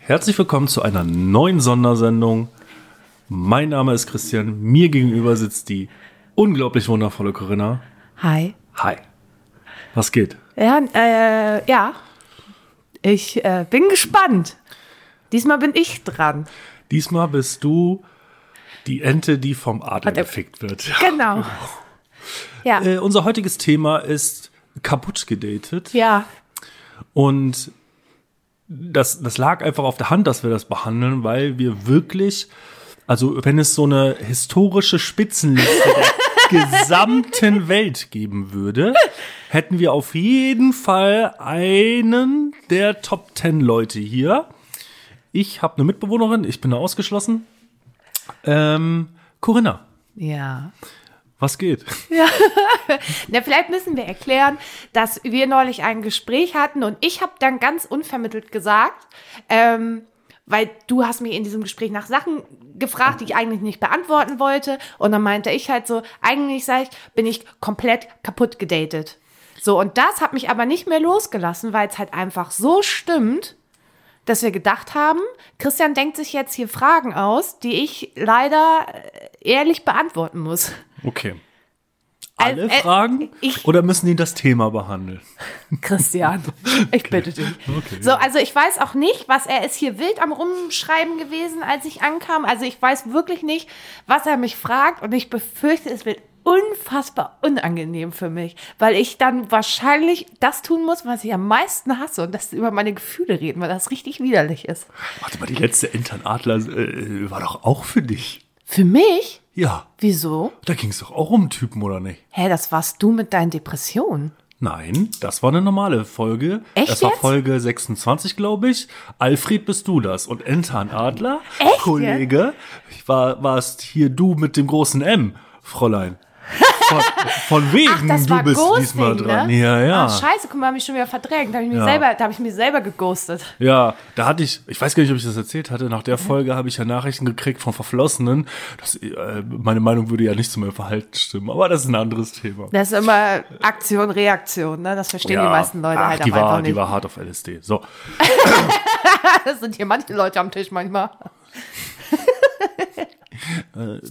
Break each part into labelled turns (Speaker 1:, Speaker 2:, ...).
Speaker 1: Herzlich willkommen zu einer neuen Sondersendung. Mein Name ist Christian. Mir gegenüber sitzt die unglaublich wundervolle Corinna.
Speaker 2: Hi.
Speaker 1: Hi. Was geht?
Speaker 2: Ja, äh, ja. Ich äh, bin gespannt. Diesmal bin ich dran.
Speaker 1: Diesmal bist du die Ente, die vom Adler
Speaker 2: Warte.
Speaker 1: gefickt wird.
Speaker 2: Genau. Ja.
Speaker 1: Äh, unser heutiges Thema ist kaputt gedatet.
Speaker 2: Ja.
Speaker 1: Und das, das lag einfach auf der Hand, dass wir das behandeln, weil wir wirklich, also wenn es so eine historische Spitzenliste der gesamten Welt geben würde, hätten wir auf jeden Fall einen der Top Ten Leute hier. Ich habe eine Mitbewohnerin, ich bin da ausgeschlossen. Ähm, Corinna,
Speaker 2: Ja.
Speaker 1: was geht?
Speaker 2: Na, vielleicht müssen wir erklären, dass wir neulich ein Gespräch hatten und ich habe dann ganz unvermittelt gesagt, ähm, weil du hast mich in diesem Gespräch nach Sachen gefragt, die ich eigentlich nicht beantworten wollte. Und dann meinte ich halt so, eigentlich sag ich, bin ich komplett kaputt gedatet. So, und das hat mich aber nicht mehr losgelassen, weil es halt einfach so stimmt, dass wir gedacht haben, Christian denkt sich jetzt hier Fragen aus, die ich leider äh, ehrlich beantworten muss.
Speaker 1: Okay. Alle
Speaker 2: Ähm, äh,
Speaker 1: Fragen?
Speaker 2: ich-
Speaker 1: Oder müssen die das Thema behandeln?
Speaker 2: Christian, ich bitte dich. So, also ich weiß auch nicht, was er ist hier wild am Rumschreiben gewesen, als ich ankam. Also ich weiß wirklich nicht, was er mich fragt und ich befürchte, es wird unfassbar unangenehm für mich, weil ich dann wahrscheinlich das tun muss, was ich am meisten hasse und das ist über meine Gefühle reden, weil das richtig widerlich ist.
Speaker 1: Warte mal, die letzte Internadler äh, war doch auch für dich.
Speaker 2: Für mich?
Speaker 1: Ja,
Speaker 2: Wieso?
Speaker 1: da ging es doch auch um Typen, oder nicht?
Speaker 2: Hä, das warst du mit deinen Depressionen.
Speaker 1: Nein, das war eine normale Folge.
Speaker 2: Echt
Speaker 1: Das war
Speaker 2: jetzt?
Speaker 1: Folge 26, glaube ich. Alfred, bist du das? Und Internadler, Kollege, ich war, warst hier du mit dem großen M, Fräulein. Von, von wegen,
Speaker 2: Ach, das
Speaker 1: du
Speaker 2: war
Speaker 1: bist
Speaker 2: Ghosting,
Speaker 1: diesmal dran.
Speaker 2: Ne?
Speaker 1: Ja, ja.
Speaker 2: Ah, scheiße, guck mal, hab ich schon wieder verdrängt. Da habe ich, mich
Speaker 1: Ja.
Speaker 2: selber, da hab ich mich selber geghostet.
Speaker 1: Ja, da hatte ich, ich weiß gar nicht, ob ich das erzählt hatte, nach der Folge habe ich ja Nachrichten gekriegt von Verflossenen, dass äh, meine Meinung würde ja nicht zu meinem Verhalten stimmen, aber das ist ein anderes Thema.
Speaker 2: Das ist immer Aktion, Reaktion, ne? Das verstehen die meisten Leute
Speaker 1: Ach,
Speaker 2: halt auch
Speaker 1: die war,
Speaker 2: einfach
Speaker 1: Die
Speaker 2: nicht.
Speaker 1: war hart auf LSD. So,
Speaker 2: Das sind hier manche Leute am Tisch manchmal.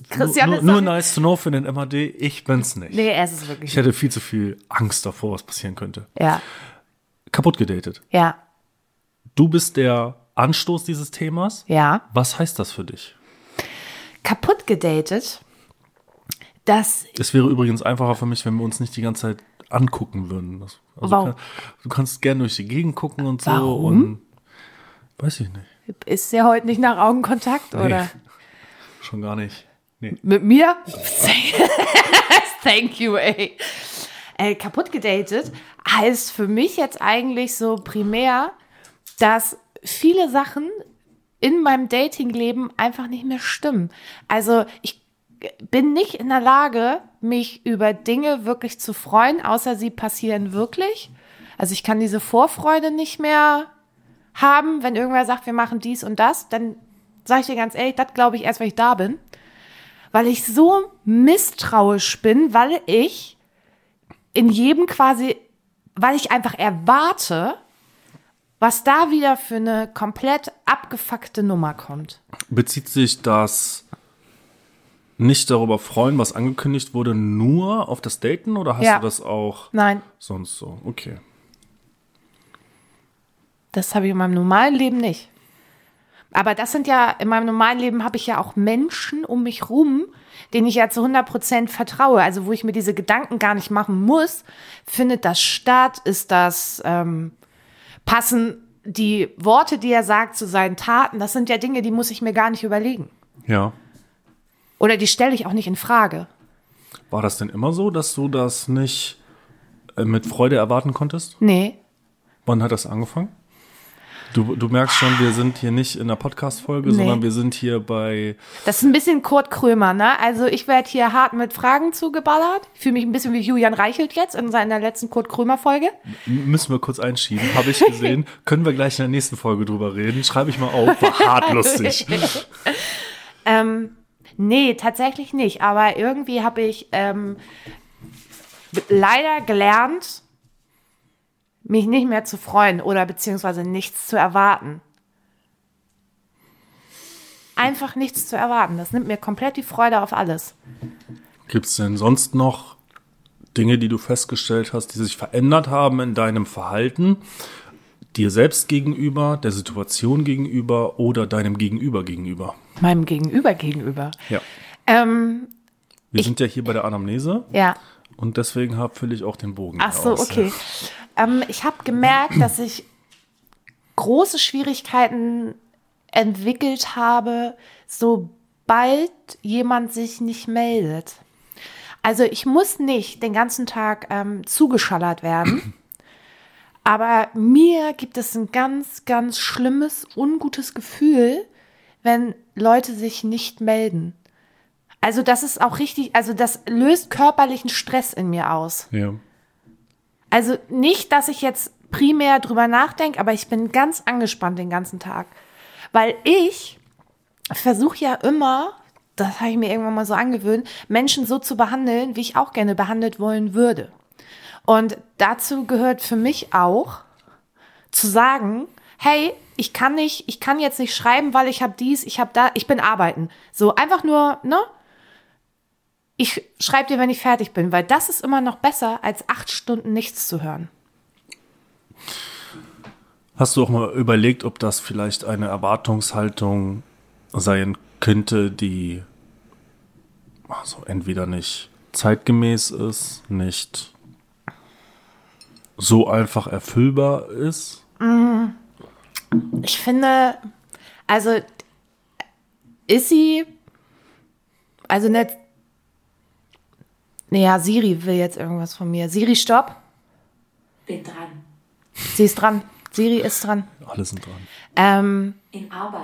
Speaker 2: Christian
Speaker 1: nur,
Speaker 2: ist
Speaker 1: nur
Speaker 2: doch-
Speaker 1: nice to know für den MAD, ich bin's nicht.
Speaker 2: Nee, es ist wirklich.
Speaker 1: Ich hätte viel zu viel Angst davor, was passieren könnte.
Speaker 2: Ja,
Speaker 1: Kaputt gedatet.
Speaker 2: ja,
Speaker 1: Du bist der Anstoß dieses Themas.
Speaker 2: ja.
Speaker 1: Was heißt das für dich?
Speaker 2: Kaputt gedatet. Das,
Speaker 1: Es wäre übrigens einfacher für mich, wenn wir uns nicht die ganze Zeit angucken würden. Das, also
Speaker 2: Warum?
Speaker 1: kann, du kannst gerne durch die Gegend gucken und so.
Speaker 2: Warum?
Speaker 1: Und, weiß ich nicht.
Speaker 2: ist ja heute nicht nach Augenkontakt, oder?
Speaker 1: Nee, schon gar nicht. Nee.
Speaker 2: Mit mir? Thank you, ey. Äh, kaputt gedatet heißt für mich jetzt eigentlich so primär, dass viele Sachen in meinem Datingleben einfach nicht mehr stimmen. Also ich bin nicht in der Lage, mich über Dinge wirklich zu freuen, außer sie passieren wirklich. Also ich kann diese Vorfreude nicht mehr haben, wenn irgendwer sagt, wir machen dies und das, dann sage ich dir ganz ehrlich, das glaube ich erst, wenn ich da bin weil ich so misstrauisch bin, weil ich in jedem quasi, weil ich einfach erwarte, was da wieder für eine komplett abgefuckte Nummer kommt.
Speaker 1: Bezieht sich das nicht darüber freuen, was angekündigt wurde, nur auf das Daten oder hast
Speaker 2: Ja.
Speaker 1: du das auch
Speaker 2: Nein,
Speaker 1: sonst so? Okay.
Speaker 2: das habe ich in meinem normalen Leben nicht. Aber das sind ja, in meinem normalen Leben habe ich ja auch Menschen um mich rum, denen ich ja zu 100% vertraue. Also wo ich mir diese Gedanken gar nicht machen muss. Findet das statt? Ist das, ähm, passen die Worte, die er sagt, zu seinen Taten? Das sind ja Dinge, die muss ich mir gar nicht überlegen.
Speaker 1: Ja.
Speaker 2: Oder die stelle ich auch nicht in Frage.
Speaker 1: War das denn immer so, dass du das nicht äh, mit Freude erwarten konntest?
Speaker 2: Nee,
Speaker 1: Wann hat das angefangen? Du, du merkst schon, wir sind hier nicht in der Podcast-Folge,
Speaker 2: Nee.
Speaker 1: sondern wir sind hier bei
Speaker 2: Das ist ein bisschen Kurt Krömer, ne? Also ich werde hier hart mit Fragen zugeballert. Ich fühle mich ein bisschen wie Julian Reichelt jetzt in seiner letzten Kurt Krömer-Folge.
Speaker 1: Müssen wir kurz einschieben, habe ich gesehen. Können wir gleich in der nächsten Folge drüber reden. Schreibe ich mal auf. War hart lustig.
Speaker 2: Ähm, nee, tatsächlich nicht. Aber irgendwie habe ich ähm, b- leider gelernt, mich nicht mehr zu freuen oder beziehungsweise nichts zu erwarten. einfach nichts zu erwarten. Das nimmt mir komplett die Freude auf alles.
Speaker 1: Gibt es denn sonst noch Dinge, die du festgestellt hast, die sich verändert haben in deinem Verhalten, dir selbst gegenüber, der Situation gegenüber oder deinem Gegenüber gegenüber?
Speaker 2: Meinem Gegenüber gegenüber.
Speaker 1: Ja.
Speaker 2: Ähm,
Speaker 1: Wir sind ja hier bei der Anamnese
Speaker 2: ja.
Speaker 1: und deswegen hab- fülle ich auch den Bogen.
Speaker 2: Ach
Speaker 1: hier
Speaker 2: so,
Speaker 1: aus. ne?
Speaker 2: okay. Ähm, ich habe gemerkt, dass ich große Schwierigkeiten entwickelt habe, sobald jemand sich nicht meldet. Also ich muss nicht den ganzen Tag ähm, zugeschallert werden. Aber mir gibt es ein ganz, ganz schlimmes, ungutes Gefühl, wenn Leute sich nicht melden. Also das ist auch richtig, also das löst körperlichen Stress in mir aus.
Speaker 1: Ja.
Speaker 2: Also nicht, dass ich jetzt primär drüber nachdenke, aber ich bin ganz angespannt den ganzen Tag. Weil ich versuche ja immer, das habe ich mir irgendwann mal so angewöhnt, Menschen so zu behandeln, wie ich auch gerne behandelt wollen würde. Und dazu gehört für mich auch zu sagen, hey, ich kann nicht, ich kann jetzt nicht schreiben, weil ich habe dies, ich habe da, ich bin arbeiten. So einfach nur, ne? Ich schreibe dir, wenn ich fertig bin, weil das ist immer noch besser, als acht Stunden nichts zu hören.
Speaker 1: Hast du auch mal überlegt, ob das vielleicht eine Erwartungshaltung sein könnte, die also entweder nicht zeitgemäß ist, nicht so einfach erfüllbar ist?
Speaker 2: Ich finde, also ist sie, also nicht, naja, Siri will jetzt irgendwas von mir. Siri, stopp.
Speaker 3: Bin dran.
Speaker 2: Sie ist dran. Siri ist dran.
Speaker 1: Alle sind dran.
Speaker 2: Ähm,
Speaker 3: In Arbeit.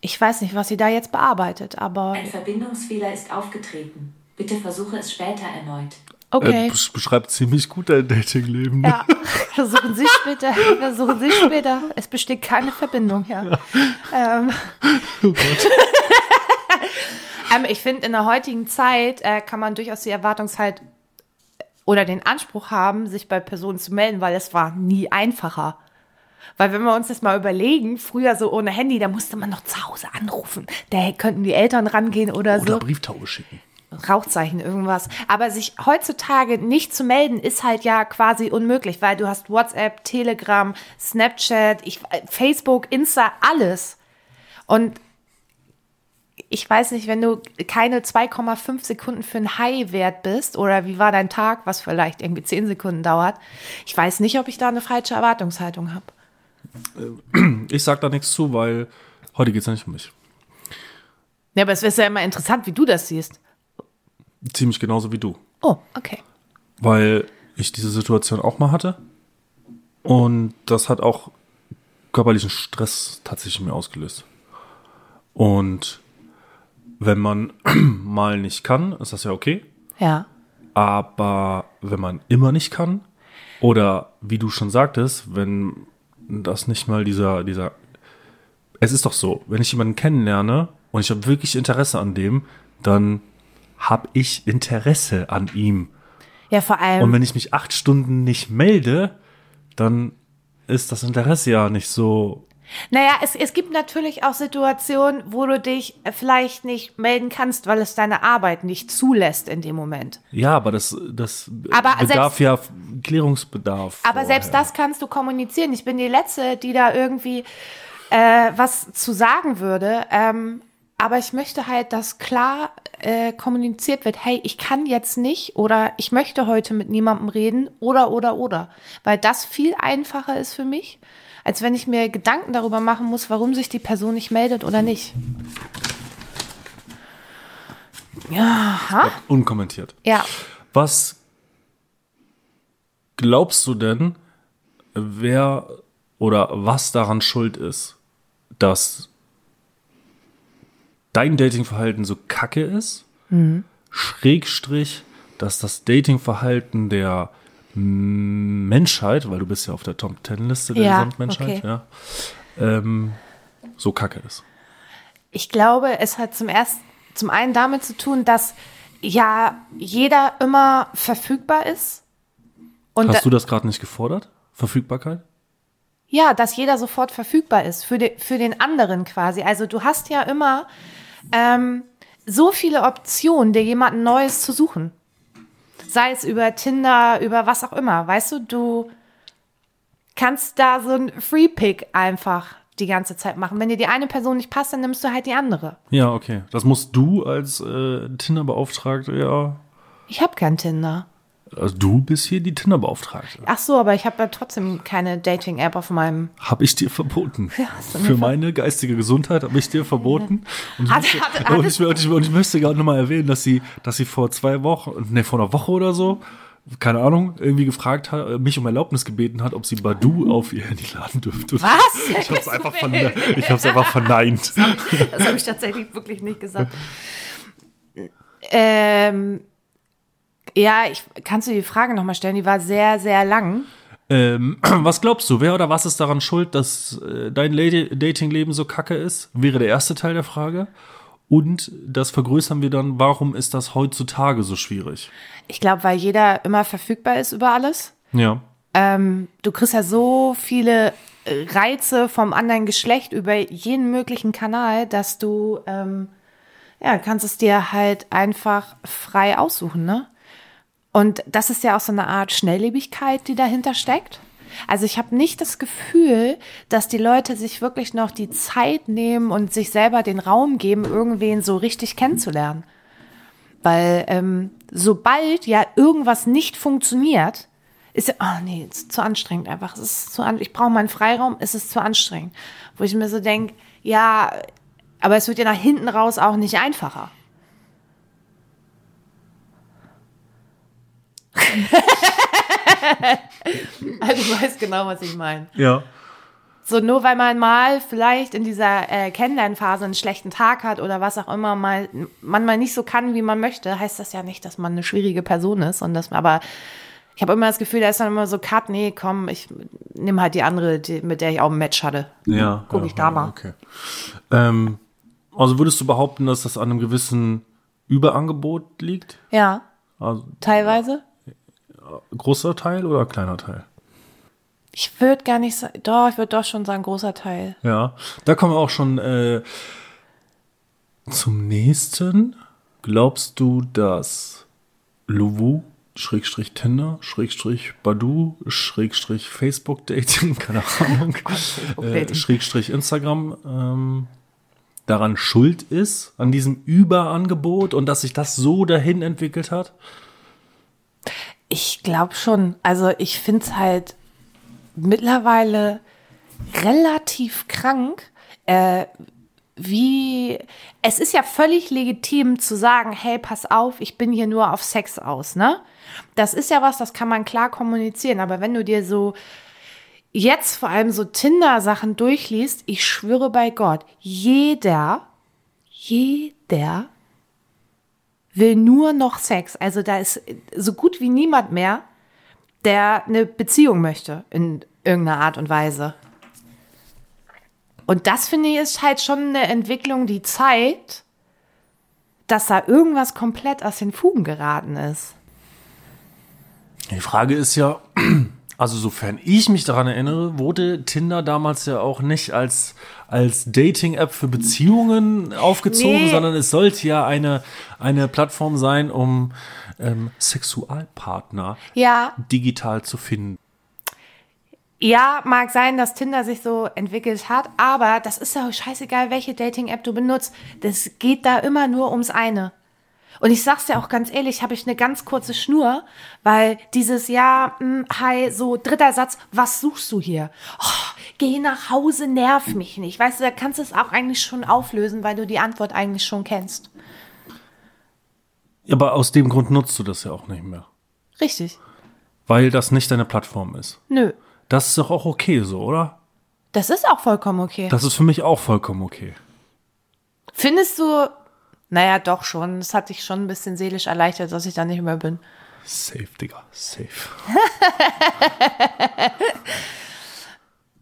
Speaker 2: ich weiß nicht, was sie da jetzt bearbeitet, aber
Speaker 3: Ein Verbindungsfehler ist aufgetreten. Bitte versuche es später erneut.
Speaker 2: okay.
Speaker 1: Äh, besch- beschreibt ziemlich gut dein Datingleben. ne?
Speaker 2: Ja, versuchen Sie später, versuchen Sie später. Es besteht keine Verbindung, ja. Ähm, ähm, ich finde, in der heutigen Zeit äh, kann man durchaus die Erwartungszeit oder den Anspruch haben, sich bei Personen zu melden, weil es war nie einfacher. Weil wenn wir uns das mal überlegen, früher so ohne Handy, da musste man noch zu Hause anrufen. Da könnten die Eltern rangehen oder,
Speaker 1: Oder
Speaker 2: so.
Speaker 1: Brieftaube schicken.
Speaker 2: Rauchzeichen, irgendwas. Aber sich heutzutage nicht zu melden, ist halt ja quasi unmöglich, weil du hast WhatsApp, Telegram, Snapchat, ich, äh, Facebook, Insta, alles. Und ich weiß nicht, wenn du keine 2,5 Sekunden für ein High wert bist oder wie war dein Tag, was vielleicht irgendwie 10 Sekunden dauert, ich weiß nicht, ob ich da eine falsche Erwartungshaltung habe.
Speaker 1: Ich sag da nichts zu, weil heute geht's ja nicht um mich.
Speaker 2: Ja, aber es ist ja immer interessant, wie du das siehst.
Speaker 1: Ziemlich genauso wie du.
Speaker 2: Oh, okay.
Speaker 1: weil ich diese Situation auch mal hatte. Und das hat auch körperlichen Stress tatsächlich in mir ausgelöst. Und wenn man mal nicht kann, ist das ja okay.
Speaker 2: Ja.
Speaker 1: Aber wenn man immer nicht kann, oder wie du schon sagtest, wenn das nicht mal dieser, dieser. Es ist doch so, wenn ich jemanden kennenlerne und ich habe wirklich Interesse an dem, dann habe ich Interesse an ihm.
Speaker 2: Ja, vor allem.
Speaker 1: Und wenn ich mich acht Stunden nicht melde, dann ist das Interesse ja nicht so.
Speaker 2: Naja, es, es gibt natürlich auch Situationen, wo du dich äh, vielleicht nicht melden kannst, weil es deine Arbeit nicht zulässt in dem Moment.
Speaker 1: Ja, aber das, das
Speaker 2: Aber
Speaker 1: bedarf
Speaker 2: selbst-
Speaker 1: ja Klärungsbedarf.
Speaker 2: Aber selbst das kannst du kommunizieren. Ich bin die Letzte, die da irgendwie äh, was zu sagen würde. Ähm, aber ich möchte halt, dass klar äh, kommuniziert wird, hey, ich kann jetzt nicht oder ich möchte heute mit niemandem reden oder oder oder. Weil das viel einfacher ist für mich, als wenn ich mir Gedanken darüber machen muss, warum sich die Person nicht meldet oder nicht. Ja,
Speaker 1: Unkommentiert.
Speaker 2: ja.
Speaker 1: Was glaubst du denn, wer oder was daran schuld ist, dass dein Datingverhalten so kacke ist?
Speaker 2: Mhm.
Speaker 1: Schrägstrich, dass das Datingverhalten der Menschheit, weil du bist ja auf der Top Ten Liste der
Speaker 2: Ja,
Speaker 1: Gesamtmenschheit,
Speaker 2: okay.
Speaker 1: ja, ähm, so kacke ist.
Speaker 2: Ich glaube, es hat zum ersten, zum einen damit zu tun, dass ja jeder immer verfügbar ist. Und
Speaker 1: Hast du das gerade nicht gefordert? Verfügbarkeit?
Speaker 2: Ja, dass jeder sofort verfügbar ist, für, de, für den anderen quasi. Also du hast ja immer ähm, so viele Optionen, dir jemanden Neues zu suchen. Sei es über Tinder, über was auch immer. Weißt du, du kannst da so ein Free-Pick einfach die ganze Zeit machen. Wenn dir die eine Person nicht passt, dann nimmst du halt die andere.
Speaker 1: Ja, okay. Das musst du als äh, Tinder-Beauftragte, ja.
Speaker 2: Ich habe kein Tinder.
Speaker 1: Also du bist hier die Tinder-Beauftragte.
Speaker 2: Ach so, aber ich habe ja trotzdem keine Dating-App auf meinem.
Speaker 1: Habe ich dir verboten.
Speaker 2: Ja, hast du mir
Speaker 1: Für
Speaker 2: ver-
Speaker 1: meine geistige Gesundheit habe ich dir verboten. Und ich,
Speaker 2: Hat-
Speaker 1: möchte-
Speaker 2: hat- hat
Speaker 1: und,
Speaker 2: es-
Speaker 1: ich, und, ich, und ich möchte gerade nochmal erwähnen, dass sie, dass sie vor zwei Wochen, nee, vor einer Woche oder so, keine Ahnung, irgendwie gefragt hat, mich um Erlaubnis gebeten hat, ob sie Badu auf ihr Handy laden dürfte. Und
Speaker 2: Was?
Speaker 1: Ich habe es einfach, verne ich hab's einfach verneint.
Speaker 2: Das habe ich tatsächlich wirklich nicht gesagt. Ähm, ja, ich, kannst du die Frage nochmal stellen? Die war sehr, sehr lang.
Speaker 1: Ähm, was glaubst du, wer oder was ist daran schuld, dass äh, dein Lady- Datingleben so kacke ist? Wäre der erste Teil der Frage. Und das vergrößern wir dann, warum ist das heutzutage so schwierig?
Speaker 2: Ich glaube, weil jeder immer verfügbar ist über alles.
Speaker 1: Ja.
Speaker 2: Ähm, du kriegst ja so viele äh, Reize vom anderen Geschlecht über jeden möglichen Kanal, dass du ähm, ja kannst es dir halt einfach frei aussuchen, ne? Und das ist ja auch so eine Art Schnelllebigkeit, die dahinter steckt. Also ich habe nicht das Gefühl, dass die Leute sich wirklich noch die Zeit nehmen und sich selber den Raum geben, irgendwen so richtig kennenzulernen. Weil ähm, sobald ja irgendwas nicht funktioniert, ist ja, oh nee, es ist zu anstrengend einfach. Es ist zu an, ich brauche meinen Freiraum, es ist zu anstrengend. Wo ich mir so denke, ja, aber es wird ja nach hinten raus auch nicht einfacher. also du weißt genau, was ich meine.
Speaker 1: Ja.
Speaker 2: So, nur weil man mal vielleicht in dieser äh, Kennenlernphase einen schlechten Tag hat oder was auch immer, mal, man mal nicht so kann, wie man möchte, heißt das ja nicht, dass man eine schwierige Person ist. Und dass man, aber ich habe immer das Gefühl, da ist dann immer so, Cut, nee, komm, ich nehme halt die andere, die, mit der ich auch ein Match hatte.
Speaker 1: Ja.
Speaker 2: Guck
Speaker 1: ja,
Speaker 2: ich da mal.
Speaker 1: Okay. Ähm, also würdest du behaupten, dass das an einem gewissen Überangebot liegt?
Speaker 2: Ja,
Speaker 1: Also
Speaker 2: teilweise.
Speaker 1: großer Teil oder kleiner Teil?
Speaker 2: Ich würde gar nicht sagen, doch, ich würde doch schon sagen, großer Teil.
Speaker 1: Ja, da kommen wir auch schon äh, zum nächsten. Glaubst du, dass Luwu, Schrägstrich Tinder, Schrägstrich Badu, Schrägstrich Facebook Dating, keine Ahnung, äh,
Speaker 2: Dating.
Speaker 1: Schrägstrich Instagram, ähm, daran schuld ist, an diesem Überangebot und dass sich das so dahin entwickelt hat?
Speaker 2: Ich glaube schon. Also ich finde es halt mittlerweile relativ krank, äh, wie es ist ja völlig legitim zu sagen, hey, pass auf, ich bin hier nur auf Sex aus, ne? Das ist ja was, das kann man klar kommunizieren. Aber wenn du dir so jetzt vor allem so Tinder-Sachen durchliest, ich schwöre bei Gott, jeder, jeder will nur noch Sex. Also da ist so gut wie niemand mehr, der eine Beziehung möchte in irgendeiner Art und Weise. Und das finde ich ist halt schon eine Entwicklung, die zeigt, dass da irgendwas komplett aus den Fugen geraten ist.
Speaker 1: Die Frage ist ja, also sofern ich mich daran erinnere, wurde Tinder damals ja auch nicht als, als Dating-App für Beziehungen aufgezogen,
Speaker 2: Nee.
Speaker 1: sondern es sollte ja eine, eine Plattform sein, um ähm, Sexualpartner
Speaker 2: Ja,
Speaker 1: digital zu finden.
Speaker 2: ja, mag sein, dass Tinder sich so entwickelt hat, aber das ist ja auch scheißegal, welche Dating-App du benutzt. Das geht da immer nur ums eine. Und ich sag's dir auch ganz ehrlich, habe ich eine ganz kurze Schnur, weil dieses Jahr, hm, hi, so dritter Satz, was suchst du hier? Oh, geh nach Hause, nerv mich nicht. Weißt du, da kannst du es auch eigentlich schon auflösen, weil du die Antwort eigentlich schon kennst.
Speaker 1: Aber aus dem Grund nutzt du das ja auch nicht mehr,
Speaker 2: Richtig.
Speaker 1: weil das nicht deine Plattform ist.
Speaker 2: Nö.
Speaker 1: Das ist doch auch okay so, oder?
Speaker 2: Das ist auch vollkommen okay.
Speaker 1: Das ist für mich auch vollkommen okay.
Speaker 2: Findest du, naja, doch schon. Das hat dich schon ein bisschen seelisch erleichtert, dass ich da nicht mehr bin.
Speaker 1: Safe, Digga, safe.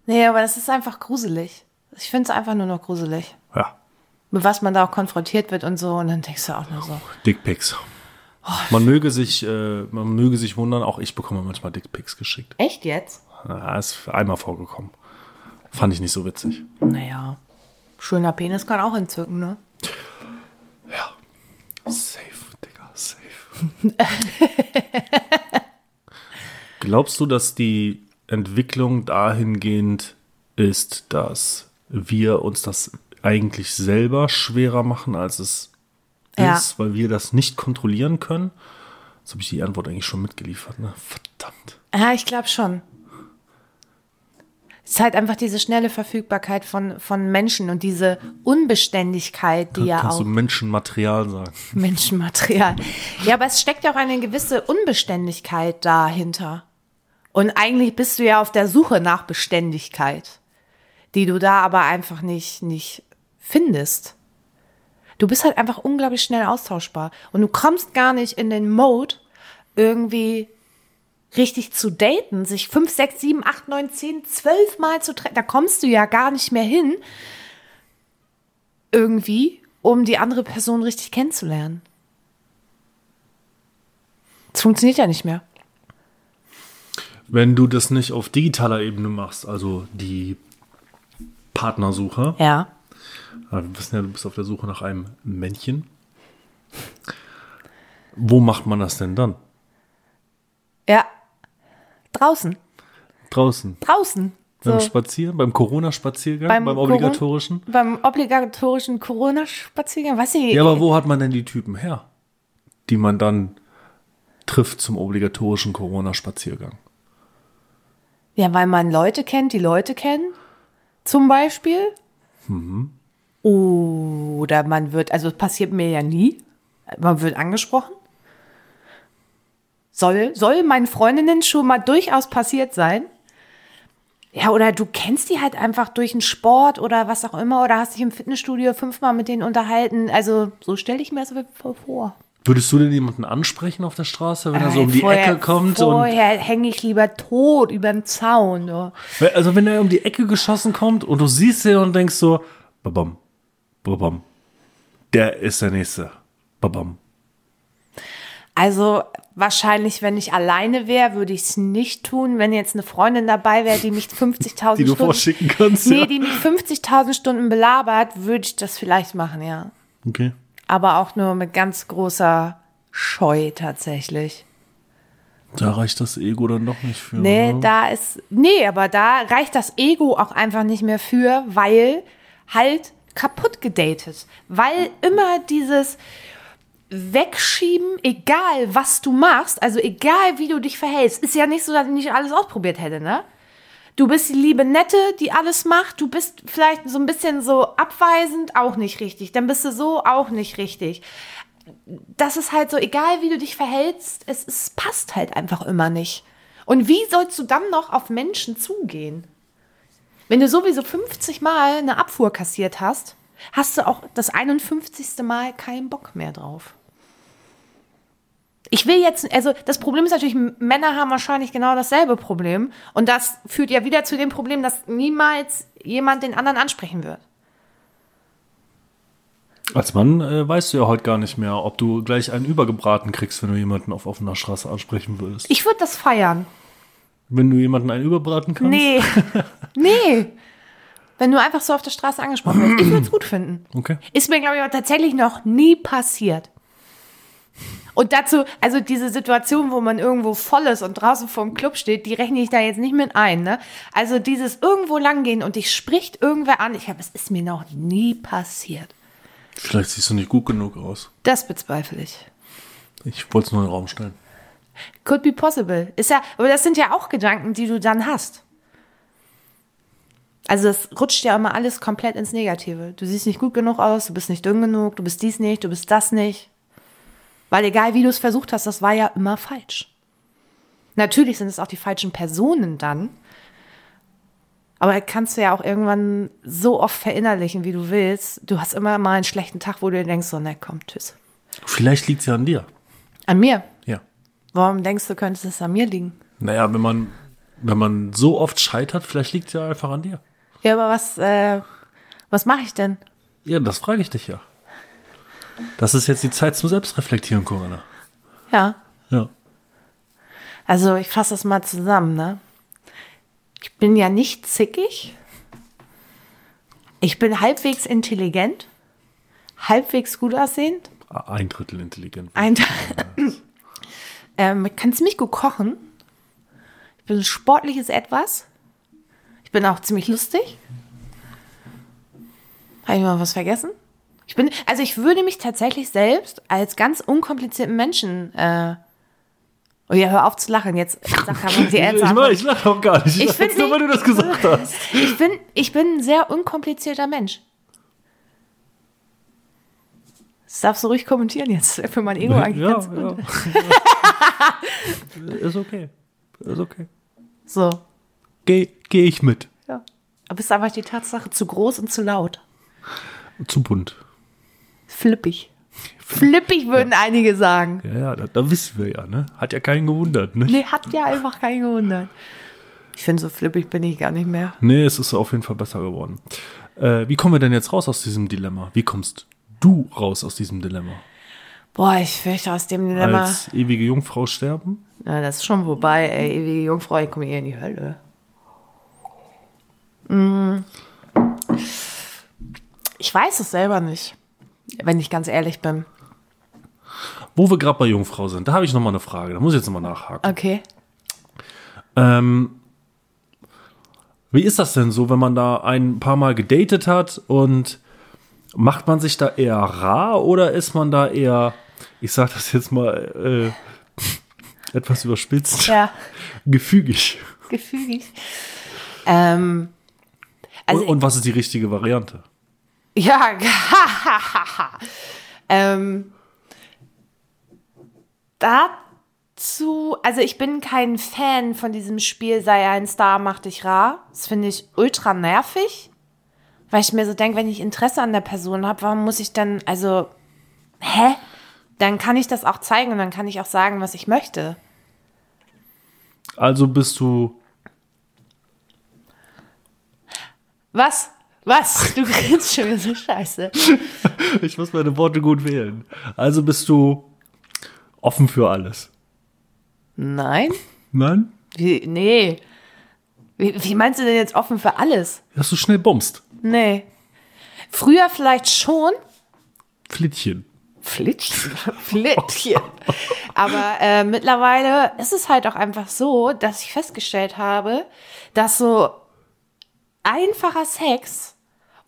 Speaker 2: Nee, aber das ist einfach gruselig. Ich finde es einfach nur noch gruselig.
Speaker 1: Ja.
Speaker 2: Mit was man da auch konfrontiert wird und so. Und dann denkst du auch nur so.
Speaker 1: Dickpics. Man möge sich, äh, man möge sich wundern, auch ich bekomme manchmal Dickpics geschickt.
Speaker 2: Echt jetzt?
Speaker 1: Ja, ist einmal vorgekommen. Fand ich nicht so witzig.
Speaker 2: Naja, schöner Penis kann auch entzücken, ne?
Speaker 1: Ja. Safe, Digga, safe. Glaubst du, dass die Entwicklung dahingehend ist, dass wir uns das eigentlich selber schwerer machen, als es
Speaker 2: Ja.
Speaker 1: ist, weil wir das nicht kontrollieren können? Jetzt habe ich die Antwort eigentlich schon mitgeliefert, ne? Verdammt.
Speaker 2: Ja, ich glaube schon. Es ist halt einfach diese schnelle Verfügbarkeit von, von Menschen und diese Unbeständigkeit, die ja
Speaker 1: Kannst
Speaker 2: auch
Speaker 1: du Menschenmaterial sagen?
Speaker 2: Menschenmaterial. Ja, aber es steckt ja auch eine gewisse Unbeständigkeit dahinter. Und eigentlich bist du ja auf der Suche nach Beständigkeit, die du da aber einfach nicht, nicht findest. Du bist halt einfach unglaublich schnell austauschbar. Und du kommst gar nicht in den Mode, irgendwie richtig zu daten, sich fünf, sechs, sieben, acht, neun, zehn, zwölf Mal zu treffen. Da kommst du ja gar nicht mehr hin, irgendwie, um die andere Person richtig kennenzulernen. Es funktioniert ja nicht mehr.
Speaker 1: Wenn du das nicht auf digitaler Ebene machst, also die Partnersuche,
Speaker 2: Ja.
Speaker 1: Ja, wir wissen ja, du bist auf der Suche nach einem Männchen. Wo macht man das denn dann?
Speaker 2: Ja. Draußen.
Speaker 1: Draußen?
Speaker 2: Draußen.
Speaker 1: Beim
Speaker 2: So.
Speaker 1: Spazieren? Beim Corona-Spaziergang?
Speaker 2: Beim
Speaker 1: Beim,
Speaker 2: Corona-
Speaker 1: obligatorischen?
Speaker 2: Beim obligatorischen Corona-Spaziergang, weiß ich.
Speaker 1: Ja, aber wo hat man denn die Typen her, die man dann trifft zum obligatorischen Corona-Spaziergang?
Speaker 2: Ja, weil man Leute kennt, die Leute kennen, zum Beispiel. Oder man wird, also es passiert mir ja nie, man wird angesprochen. Soll, soll meinen Freundinnen schon mal durchaus passiert sein. Ja, oder du kennst die halt einfach durch den Sport oder was auch immer, oder hast dich im Fitnessstudio fünfmal mit denen unterhalten. Also so stelle ich mir das vor.
Speaker 1: Würdest du denn jemanden ansprechen auf der Straße, wenn er so um die
Speaker 2: Äh, Vorher-
Speaker 1: Ecke kommt? Und,
Speaker 2: Vorher hänge ich lieber tot über den Zaun. So.
Speaker 1: also wenn er um die Ecke geschossen kommt und du siehst ihn und denkst so, babam, babam, der ist der Nächste, babam.
Speaker 2: Also wahrscheinlich, wenn ich alleine wäre, würde ich es nicht tun. Wenn jetzt eine Freundin dabei wäre, die mich 50.000
Speaker 1: Die du
Speaker 2: Stunden
Speaker 1: vorschicken kannst,
Speaker 2: nee,
Speaker 1: ja.
Speaker 2: die mich 50.000 Stunden belabert, würde ich das vielleicht machen, ja.
Speaker 1: Okay.
Speaker 2: Aber auch nur mit ganz großer Scheu tatsächlich.
Speaker 1: Da reicht das Ego dann doch nicht für.
Speaker 2: Nee,
Speaker 1: oder?
Speaker 2: Ne, da ist nee, aber da reicht das Ego auch einfach nicht mehr für, weil halt kaputt gedatet, weil immer dieses wegschieben, egal was du machst, also egal wie du dich verhältst, ist ja nicht so, dass ich nicht alles ausprobiert hätte, ne? Du bist die liebe Nette, die alles macht. Du bist vielleicht so ein bisschen so abweisend, auch nicht richtig. Dann bist du so, auch nicht richtig. Das ist halt so, egal wie du dich verhältst, es, es passt halt einfach immer nicht. Und wie sollst du dann noch auf Menschen zugehen? Wenn du sowieso 50 Mal eine Abfuhr kassiert hast, hast du auch das 51. Mal keinen Bock mehr drauf. Ich will jetzt, also das Problem ist natürlich, M- Männer haben wahrscheinlich genau dasselbe Problem. Und das führt ja wieder zu dem Problem, dass niemals jemand den anderen ansprechen wird.
Speaker 1: Als Mann äh, weißt du ja heute gar nicht mehr, ob du gleich einen übergebraten kriegst, wenn du jemanden auf offener Straße ansprechen würdest.
Speaker 2: Ich würde das feiern.
Speaker 1: wenn du jemanden einen überbraten kannst?
Speaker 2: Nee. nee. Wenn du einfach so auf der Straße angesprochen wirst. Ich würde es gut finden.
Speaker 1: Okay.
Speaker 2: Ist mir, glaube ich, aber tatsächlich noch nie passiert. Und dazu, also diese Situation, wo man irgendwo voll ist und draußen vorm Club steht, die rechne ich da jetzt nicht mit ein. Ne? Also dieses irgendwo langgehen und dich spricht irgendwer an. Ich glaube, es ist mir noch nie passiert.
Speaker 1: Vielleicht siehst du nicht gut genug aus.
Speaker 2: Das bezweifle ich.
Speaker 1: Ich wollte es nur in den Raum stellen.
Speaker 2: Could be possible. Ist ja, aber das sind ja auch Gedanken, die du dann hast. Also es rutscht ja immer alles komplett ins Negative. Du siehst nicht gut genug aus, du bist nicht dünn genug, du bist dies nicht, du bist das nicht. Weil egal wie du es versucht hast, das war ja immer falsch. Natürlich sind es auch die falschen Personen dann. Aber kannst du ja auch irgendwann so oft verinnerlichen, wie du willst. Du hast immer mal einen schlechten Tag, wo du dir denkst, so, na komm, tschüss.
Speaker 1: Vielleicht liegt es ja an dir.
Speaker 2: An mir.
Speaker 1: Ja.
Speaker 2: Warum denkst du, könnte es an mir liegen?
Speaker 1: Naja, wenn man, wenn man so oft scheitert, vielleicht liegt es ja einfach an dir.
Speaker 2: Ja, aber was, äh, was mache ich denn?
Speaker 1: Ja, das frage ich dich ja. Das ist jetzt die Zeit zum Selbstreflektieren, Corinna.
Speaker 2: Ja,
Speaker 1: Ja.
Speaker 2: also ich fasse das mal zusammen, ne? Ich bin ja nicht zickig. Ich bin halbwegs intelligent, halbwegs gut aussehend.
Speaker 1: Ein Drittel intelligent.
Speaker 2: Ein ähm, kann ziemlich gut kochen. Ich bin ein sportliches Etwas. Ich bin auch ziemlich lustig. Habe ich mal was vergessen? Ich bin, also ich würde mich tatsächlich selbst als ganz unkomplizierten Menschen. Äh, oh ja, hör auf zu lachen. Jetzt sag mal die
Speaker 1: ich
Speaker 2: ernsthaft.
Speaker 1: ich, ich lache auch gar nicht. Ich,
Speaker 2: Ich
Speaker 1: lache
Speaker 2: find
Speaker 1: jetzt nur, weil du
Speaker 2: nicht-
Speaker 1: das gesagt hast.
Speaker 2: Ich bin, ich bin ein sehr unkomplizierter Mensch. Das darfst du ruhig kommentieren jetzt für mein Ego eigentlich.
Speaker 1: ja,
Speaker 2: ganz gut.
Speaker 1: ja. Ist okay. Ist okay.
Speaker 2: So,
Speaker 1: Gehe geh ich mit.
Speaker 2: ja. Aber es ist einfach die Tatsache zu groß und zu laut.
Speaker 1: Zu bunt.
Speaker 2: Flippig. Flippig würden einige sagen.
Speaker 1: Ja, ja, da, da wissen wir ja, ne? Hat ja keinen gewundert, ne?
Speaker 2: Nee, hat ja einfach keinen gewundert. Ich finde, so flippig bin ich gar nicht mehr.
Speaker 1: Nee, es ist auf jeden Fall besser geworden. Äh, wie kommen wir denn jetzt raus aus diesem Dilemma? Wie kommst du raus aus diesem Dilemma?
Speaker 2: Boah, ich fürchte aus dem Dilemma.
Speaker 1: Als ewige Jungfrau sterben?
Speaker 2: Na, das ist schon vorbei, ey. Ewige Jungfrau, ich komme eher in die Hölle. Mm. Ich weiß es selber nicht, wenn ich ganz ehrlich bin.
Speaker 1: Wo wir gerade bei Jungfrau sind, da habe ich nochmal eine Frage. Da muss ich jetzt nochmal nachhaken.
Speaker 2: Okay.
Speaker 1: Ähm, wie ist das denn so, wenn man da ein paar Mal gedatet hat und macht man sich da eher rar oder ist man da eher, ich sage das jetzt mal äh, etwas überspitzt,
Speaker 2: Ja,
Speaker 1: gefügig?
Speaker 2: gefügig. Ähm, also,
Speaker 1: und, und was ist die richtige Variante?
Speaker 2: ja, ähm, dazu, also ich bin kein Fan von diesem Spiel, sei ein Star, mach dich rar. Das finde ich ultra nervig, weil ich mir so denke, wenn ich Interesse an der Person habe, warum muss ich dann, also, hä? Dann kann ich das auch zeigen und dann kann ich auch sagen, was ich möchte.
Speaker 1: Also bist du
Speaker 2: Was? Was? Du grinst schon wieder so scheiße.
Speaker 1: Ich muss meine Worte gut wählen. Also bist du offen für alles.
Speaker 2: Nein?
Speaker 1: Nein?
Speaker 2: Wie, nee. Wie, wie meinst du denn jetzt offen für alles?
Speaker 1: Dass du schnell bombst.
Speaker 2: Nee. Früher vielleicht schon.
Speaker 1: Flittchen.
Speaker 2: Flitschen. Flittchen. Aber äh, mittlerweile ist es halt auch einfach so, dass ich festgestellt habe, dass so einfacher Sex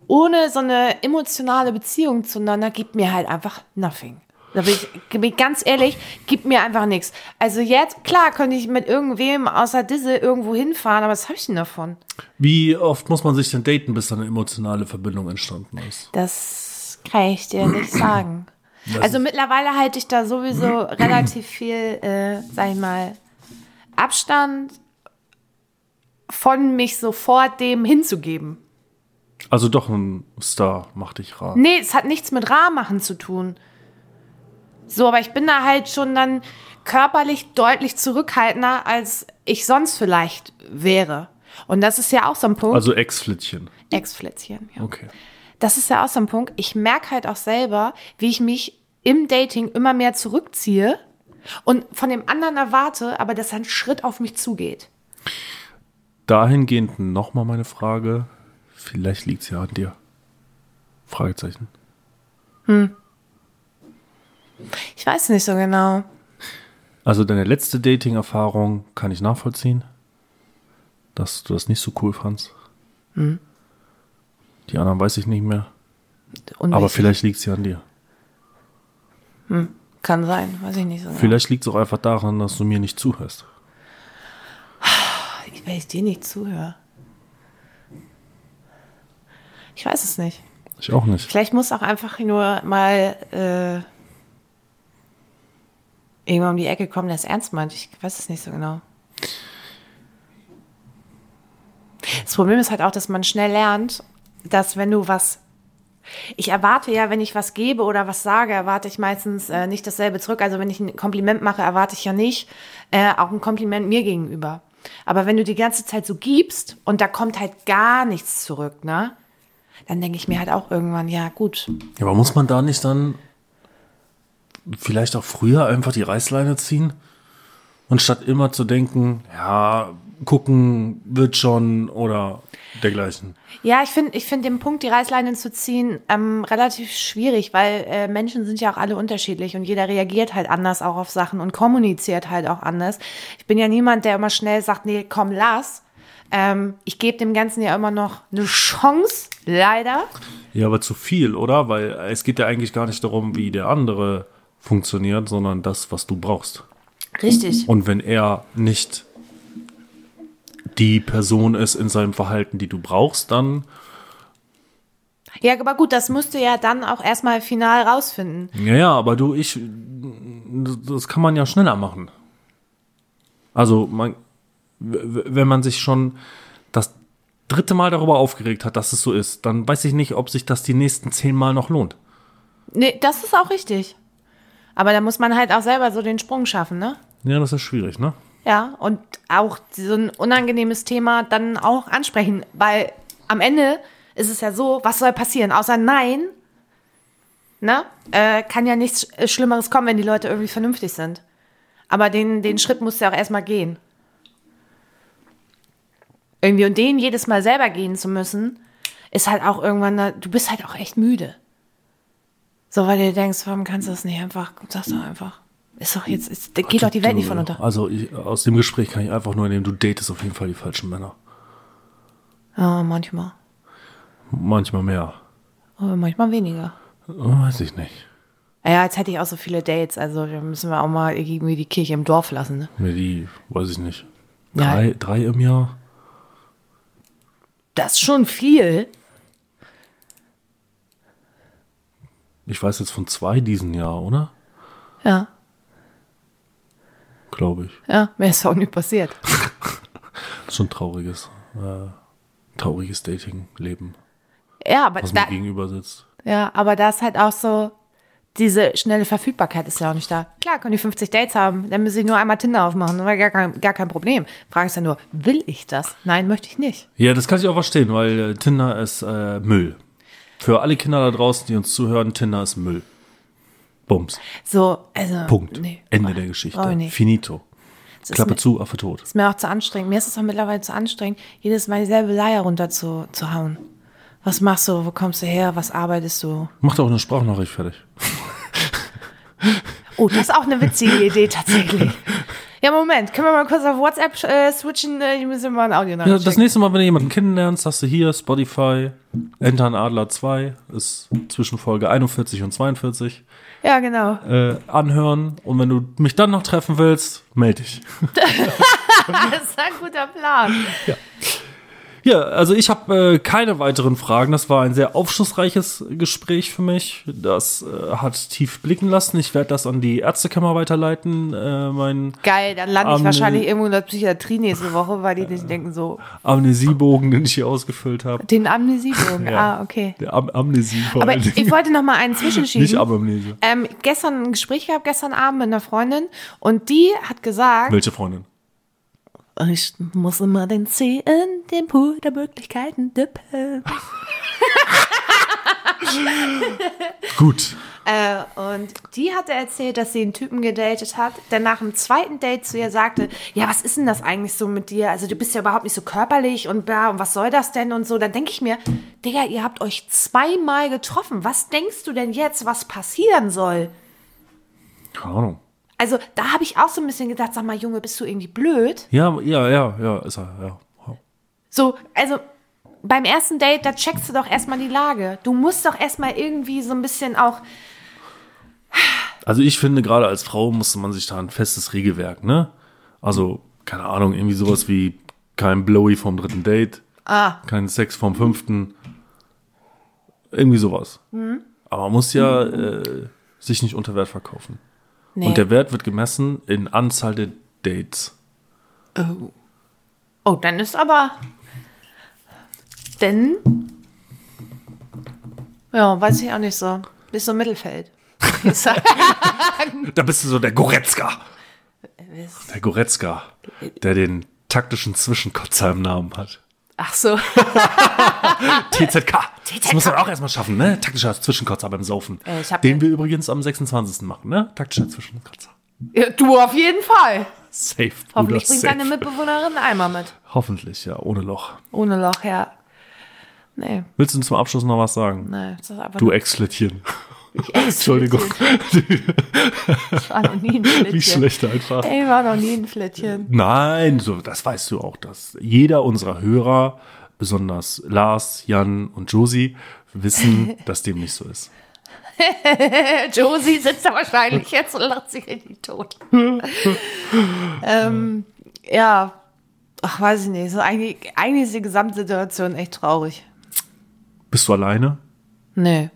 Speaker 2: ohne so eine emotionale Beziehung zueinander gibt mir halt einfach nothing. Da bin ich, bin ich ganz ehrlich, gibt mir einfach nichts. Also jetzt, klar, könnte ich mit irgendwem außer Disse irgendwo hinfahren, aber was habe ich denn davon?
Speaker 1: Wie oft muss man sich denn daten, bis da eine emotionale Verbindung entstanden ist?
Speaker 2: Das kann ich dir nicht sagen. Also mittlerweile halte ich da sowieso relativ viel, äh, sag ich mal, Abstand von mich sofort dem hinzugeben.
Speaker 1: Also doch ein Star, mach dich rar.
Speaker 2: Nee, es hat nichts mit rar machen zu tun. So, aber ich bin da halt schon dann körperlich deutlich zurückhaltender, als ich sonst vielleicht wäre. Und das ist ja auch so ein Punkt.
Speaker 1: Also Ex-Flittchen.
Speaker 2: Ex-Flittchen, ja.
Speaker 1: Okay.
Speaker 2: Das ist ja auch so ein Punkt. Ich merke halt auch selber, wie ich mich im Dating immer mehr zurückziehe und von dem anderen erwarte, aber dass ein Schritt auf mich zugeht.
Speaker 1: Dahingehend nochmal meine Frage. Vielleicht liegt es ja an dir. Fragezeichen.
Speaker 2: Ich weiß nicht so genau.
Speaker 1: Also deine letzte Dating-Erfahrung kann ich nachvollziehen, dass du das nicht so cool fandst. Die anderen weiß ich nicht mehr.
Speaker 2: Und
Speaker 1: Aber
Speaker 2: ich-
Speaker 1: vielleicht liegt es ja an dir.
Speaker 2: kann sein, weiß ich nicht so genau.
Speaker 1: Vielleicht liegt es auch einfach daran, dass du mir nicht zuhörst.
Speaker 2: genau. Ich, wenn ich dir nicht zuhöre. Ich weiß es nicht.
Speaker 1: Ich auch nicht.
Speaker 2: Vielleicht muss auch einfach nur mal äh, irgendwann um die Ecke kommen, der es ernst meint. Ich weiß es nicht so genau. Das Problem ist halt auch, dass man schnell lernt, dass wenn du was. Ich erwarte ja, wenn ich was gebe oder was sage, erwarte ich meistens äh, nicht dasselbe zurück. Also wenn ich ein Kompliment mache, erwarte ich ja nicht äh, auch ein Kompliment mir gegenüber. Aber wenn du die ganze Zeit so gibst und da kommt halt gar nichts zurück, ne? dann denke ich mir halt auch irgendwann, ja gut,
Speaker 1: Ja, aber muss man da nicht dann vielleicht auch früher einfach die Reißleine ziehen? Und statt immer zu denken, ja, gucken, wird schon oder dergleichen.
Speaker 2: Ja, ich finde ich find den Punkt, die Reißleine zu ziehen, ähm, relativ schwierig, weil äh, Menschen sind ja auch alle unterschiedlich und jeder reagiert halt anders auch auf Sachen und kommuniziert halt auch anders. Ich bin ja niemand, der immer schnell sagt, nee, komm, lass. Ähm, ich gebe dem Ganzen ja immer noch eine Chance, leider.
Speaker 1: Ja, aber zu viel, oder? Weil es geht ja eigentlich gar nicht darum, wie der andere funktioniert, sondern das, was du brauchst.
Speaker 2: Richtig.
Speaker 1: Und wenn er nicht die Person ist in seinem Verhalten, die du brauchst, dann
Speaker 2: Ja, aber gut, das musst du ja dann auch erstmal final rausfinden.
Speaker 1: Ja, ja, aber du, ich, das kann man ja schneller machen. Also, man, w- w- wenn man sich schon das dritte Mal darüber aufgeregt hat, dass es so ist, dann weiß ich nicht, ob sich das die nächsten zehn Mal noch lohnt.
Speaker 2: Nee, das ist auch richtig. Aber da muss man halt auch selber so den Sprung schaffen, ne?
Speaker 1: Ja, das ist schwierig, ne?
Speaker 2: Ja, und auch so ein unangenehmes Thema dann auch ansprechen, weil am Ende ist es ja so, was soll passieren? Außer Nein, ne? Äh, kann ja nichts Sch- Schlimmeres kommen, wenn die Leute irgendwie vernünftig sind. Aber den, den Schritt musst du ja auch erstmal gehen. Irgendwie und den jedes Mal selber gehen zu müssen, ist halt auch irgendwann, da, du bist halt auch echt müde. So, weil du dir denkst, warum kannst du das nicht einfach, sagst doch einfach. Ist doch jetzt, ist, geht doch die Welt nicht von unter.
Speaker 1: Also, ich, aus dem Gespräch kann ich einfach nur nehmen, du datest auf jeden Fall die falschen Männer.
Speaker 2: Ja, Ah, manchmal.
Speaker 1: Manchmal mehr.
Speaker 2: Aber manchmal weniger. Ah
Speaker 1: Weiß ich nicht.
Speaker 2: Ja, jetzt hätte ich auch so viele Dates, also da müssen wir auch mal irgendwie die Kirche im Dorf lassen. Ne?
Speaker 1: Mir die, weiß ich nicht.
Speaker 2: Ja.
Speaker 1: Drei, drei im Jahr?
Speaker 2: Das ist schon viel.
Speaker 1: Ich weiß jetzt von zwei diesen Jahr, oder?
Speaker 2: Ja,
Speaker 1: Glaube ich.
Speaker 2: ja, mir ist auch nie passiert.
Speaker 1: Schon trauriges, äh, trauriges Dating-Leben,
Speaker 2: Ja, aber
Speaker 1: was
Speaker 2: da,
Speaker 1: mir gegenüber sitzt.
Speaker 2: ja, aber da ist halt auch so, diese schnelle Verfügbarkeit ist ja auch nicht da. Klar, können die 50 Dates haben, dann müssen sie nur einmal Tinder aufmachen, das war gar kein, gar kein Problem. Frage ist ja nur, will ich das? Nein, möchte ich nicht.
Speaker 1: Ja, das kann ich auch verstehen, weil äh, Tinder ist äh, Müll. Für alle Kinder da draußen, die uns zuhören, Tinder ist Müll. Bums.
Speaker 2: So, also.
Speaker 1: Punkt.
Speaker 2: nee.
Speaker 1: Ende der Geschichte.
Speaker 2: brauch ich nicht.
Speaker 1: Finito.
Speaker 2: Das ist ne-
Speaker 1: Klappe
Speaker 2: mir-
Speaker 1: zu, Affe tot.
Speaker 2: Ist mir auch zu anstrengend. Mir ist es auch mittlerweile zu anstrengend, jedes Mal dieselbe Leier runter zu, zu hauen. Was machst du? Wo kommst du her? Was arbeitest du?
Speaker 1: Mach doch eine Sprachnachricht fertig.
Speaker 2: Oh, das ist auch eine witzige Idee tatsächlich. Ja, Moment, können wir mal kurz auf WhatsApp äh, switchen? Äh, Ich muss dir mal ein Audio
Speaker 1: Ja, das
Speaker 2: nachschicken.
Speaker 1: nächste Mal, wenn du jemanden kennenlernst, hast du hier Spotify, Enter an Adler 2, ist zwischen Folge 41 und 42,
Speaker 2: Ja, genau.
Speaker 1: äh, anhören. Und wenn du mich dann noch treffen willst, melde dich.
Speaker 2: Das ist ein guter Plan.
Speaker 1: Ja, also ich habe äh, keine weiteren Fragen. Das war ein sehr aufschlussreiches Gespräch für mich. Das äh, hat tief blicken lassen. Ich werde das an die Ärztekammer weiterleiten. Äh, mein
Speaker 2: Geil, dann lande ich
Speaker 1: Ähm,
Speaker 2: wahrscheinlich irgendwo in der Psychiatrie nächste Woche, weil die nicht denken so,
Speaker 1: Amnesiebogen, den ich hier ausgefüllt habe.
Speaker 2: den Amnesiebogen.
Speaker 1: Ja.
Speaker 2: Ah, okay.
Speaker 1: Der Am Amnesie vor
Speaker 2: Aber
Speaker 1: allen
Speaker 2: ich,
Speaker 1: Dingen.
Speaker 2: ich wollte noch mal einen zwischenschieben.
Speaker 1: Nicht Amamnese.
Speaker 2: Ähm, gestern ein Gespräch gehabt, gestern Abend mit einer Freundin und die hat gesagt,
Speaker 1: Welche Freundin?
Speaker 2: ich muss immer den See in den Pool der Möglichkeiten dippen.
Speaker 1: Gut.
Speaker 2: Äh, und die hatte erzählt, dass sie einen Typen gedatet hat, der nach dem zweiten Date zu ihr sagte, ja, was ist denn das eigentlich so mit dir? Also du bist ja überhaupt nicht so körperlich und bla, und was soll das denn und so. Dann denke ich mir, Digga, ihr habt euch zweimal getroffen. Was denkst du denn jetzt, was passieren soll?
Speaker 1: Keine Ahnung.
Speaker 2: Also da habe ich auch so ein bisschen gedacht, sag mal, Junge, bist du irgendwie blöd?
Speaker 1: Ja, ja, ja, ja, ist er, ja.
Speaker 2: So, also beim ersten Date, da checkst du doch erstmal die Lage. Du musst doch erstmal irgendwie so ein bisschen auch.
Speaker 1: Also ich finde, gerade als Frau musste man sich da ein festes Regelwerk, ne? Also, keine Ahnung, irgendwie sowas wie kein Blowy vom dritten Date, kein Sex vom fünften, irgendwie sowas. Aber man muss ja äh, sich nicht unter Wert verkaufen.
Speaker 2: Nee.
Speaker 1: Und der Wert wird gemessen in Anzahl der Dates.
Speaker 2: oh, dann ist aber. Denn. Ja, weiß ich auch nicht so. Bist so Mittelfeld. Ich sag-
Speaker 1: Da bist du so der Goretzka.
Speaker 2: Mist.
Speaker 1: Der Goretzka, der den taktischen Zwischenkotzer im Namen hat.
Speaker 2: Ach so.
Speaker 1: TZK. Das muss man auch erstmal schaffen, ne? Taktischer Zwischenkotzer beim Saufen.
Speaker 2: Äh, ich hab-
Speaker 1: Den wir übrigens am 26. machen, ne? Taktischer Zwischenkotzer.
Speaker 2: Ja, Du auf jeden Fall.
Speaker 1: Safe, Bruder,
Speaker 2: Hoffentlich bringt
Speaker 1: safe.
Speaker 2: deine Mitbewohnerin einen Eimer mit.
Speaker 1: Hoffentlich, ja, ohne Loch.
Speaker 2: Ohne Loch, ja. Nee,
Speaker 1: Willst du zum Abschluss noch was sagen?
Speaker 2: nee. Das ist einfach
Speaker 1: Du
Speaker 2: nur-
Speaker 1: Ex-Schlittchen.
Speaker 2: Ich- ey,
Speaker 1: Entschuldigung.
Speaker 2: Ich war noch nie ein Flittchen.
Speaker 1: Wie schlecht einfach.
Speaker 2: Ey, war noch nie ein Flittchen.
Speaker 1: Nein, so, das weißt du auch, dass jeder unserer Hörer, besonders Lars, Jan und Josi, wissen, dass dem nicht so ist.
Speaker 2: Josie sitzt da wahrscheinlich jetzt und lacht sich in die Tot. ähm, ja, ach, weiß ich nicht. So eigentlich, eigentlich ist die Gesamtsituation echt traurig.
Speaker 1: Bist du alleine?
Speaker 2: Nee,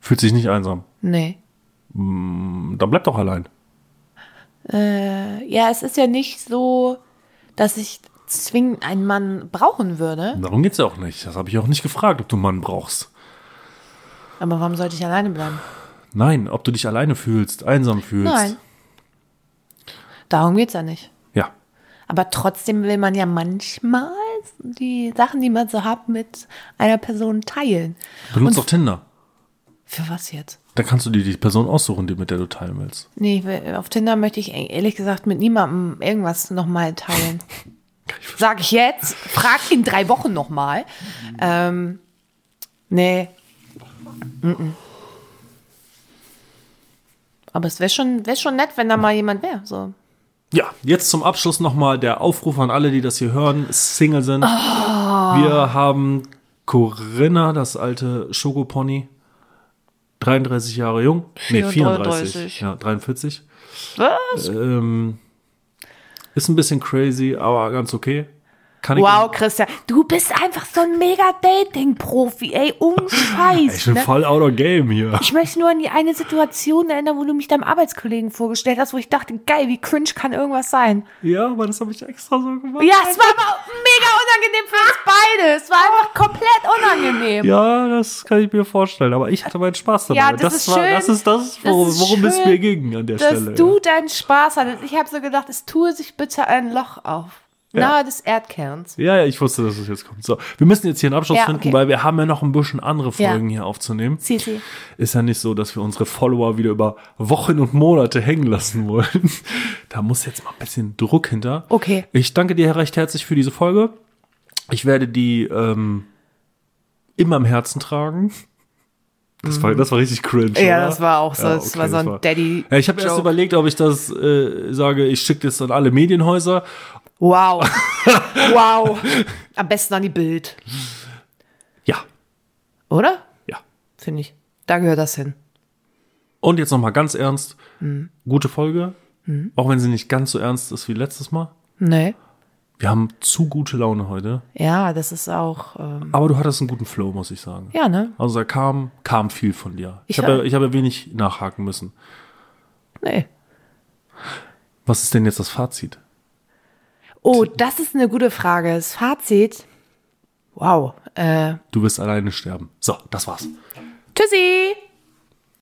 Speaker 1: Fühlt sich nicht einsam.
Speaker 2: nee.
Speaker 1: Dann bleib doch allein.
Speaker 2: Äh, ja, es ist ja nicht so, dass ich zwingend einen Mann brauchen würde.
Speaker 1: Darum geht's ja auch nicht. Das habe ich auch nicht gefragt, ob du einen Mann brauchst.
Speaker 2: Aber warum sollte ich alleine bleiben?
Speaker 1: Nein, ob du dich alleine fühlst, einsam fühlst.
Speaker 2: Nein. Darum geht's ja nicht.
Speaker 1: Ja.
Speaker 2: Aber trotzdem will man ja manchmal die Sachen, die man so hat, mit einer Person teilen.
Speaker 1: Benutzt doch Tinder.
Speaker 2: Für was jetzt?
Speaker 1: Da kannst du dir die Person aussuchen, die, mit der du teilen willst.
Speaker 2: Nee, ich will- auf Tinder möchte ich e- ehrlich gesagt mit niemandem irgendwas nochmal teilen. Sag ich jetzt, frag in drei Wochen nochmal. Ähm, nee. Mhm. Aber es wäre schon, wär schon nett, wenn da mal jemand wäre. So.
Speaker 1: Ja, jetzt zum Abschluss nochmal der Aufruf an alle, die das hier hören, Single sind.
Speaker 2: Ah.
Speaker 1: Wir haben Corinna, das alte Schokopony, 33 Jahre jung. Nee, 34.
Speaker 2: 34.
Speaker 1: Ja, 43. Was? Ähm, ist ein bisschen crazy, aber ganz okay. Kann ich
Speaker 2: Wow, Christian, du bist einfach so ein mega Dating-Profi, ey, ohne Scheiß.
Speaker 1: Ich bin
Speaker 2: ne?
Speaker 1: voll out of game hier.
Speaker 2: Ich möchte nur an die eine Situation erinnern, wo du mich deinem Arbeitskollegen vorgestellt hast, wo ich dachte, geil, wie cringe kann irgendwas sein.
Speaker 1: Ja, aber das habe ich extra so gemacht.
Speaker 2: Ja, es war aber mega unangenehm für uns beide. Es war einfach komplett unangenehm.
Speaker 1: Ja, das kann ich mir vorstellen, aber ich hatte meinen Spaß dabei.
Speaker 2: Ja, das ist schön.
Speaker 1: das ist das,
Speaker 2: Das
Speaker 1: worum,
Speaker 2: ist
Speaker 1: worum es
Speaker 2: schön,
Speaker 1: mir ging an der
Speaker 2: Dass
Speaker 1: Stelle.
Speaker 2: du deinen Spaß hattest. Ich habe so gedacht, es tue sich bitte ein Loch auf. Nahe des Erdkerns.
Speaker 1: Ja, ja, ich wusste, dass es jetzt kommt. So, wir müssen jetzt hier einen Abschluss
Speaker 2: Ja,
Speaker 1: finden,
Speaker 2: okay.
Speaker 1: weil wir haben ja noch ein bisschen andere
Speaker 2: Ja.
Speaker 1: Folgen hier aufzunehmen.
Speaker 2: Sisi.
Speaker 1: Ist ja nicht so, dass wir unsere Follower wieder über Wochen und Monate hängen lassen wollen. Da muss jetzt mal ein bisschen Druck hinter.
Speaker 2: Okay.
Speaker 1: Ich danke dir recht herzlich für diese Folge. Ich werde die ähm, immer im Herzen tragen. Das war, das war richtig cringe.
Speaker 2: Mhm. Ja,
Speaker 1: oder?
Speaker 2: das war auch so- das war so ein
Speaker 1: das
Speaker 2: Daddy-
Speaker 1: Ja, ich habe erst
Speaker 2: Joke.
Speaker 1: überlegt, ob ich das äh, sage, ich schicke das an alle Medienhäuser.
Speaker 2: Wow. wow. Am besten an die Bild.
Speaker 1: Ja,
Speaker 2: Oder?
Speaker 1: ja.
Speaker 2: Finde ich. Da gehört das hin.
Speaker 1: Und jetzt nochmal ganz ernst.
Speaker 2: Mhm.
Speaker 1: Gute Folge. Auch wenn sie nicht ganz so ernst ist wie letztes Mal.
Speaker 2: Nee.
Speaker 1: Wir haben zu gute Laune heute.
Speaker 2: Ja, das ist auch. Ähm,
Speaker 1: Aber du hattest einen guten Flow, muss ich sagen.
Speaker 2: ja, ne?
Speaker 1: Also da kam, kam viel von dir. Ich,
Speaker 2: Ich
Speaker 1: habe,
Speaker 2: hör-
Speaker 1: ich habe wenig nachhaken müssen.
Speaker 2: Nee.
Speaker 1: Was ist denn jetzt das Fazit?
Speaker 2: Oh, das ist eine gute Frage. Das Fazit. Wow. Äh,
Speaker 1: Du wirst alleine sterben. So, das war's.
Speaker 2: tschüssi.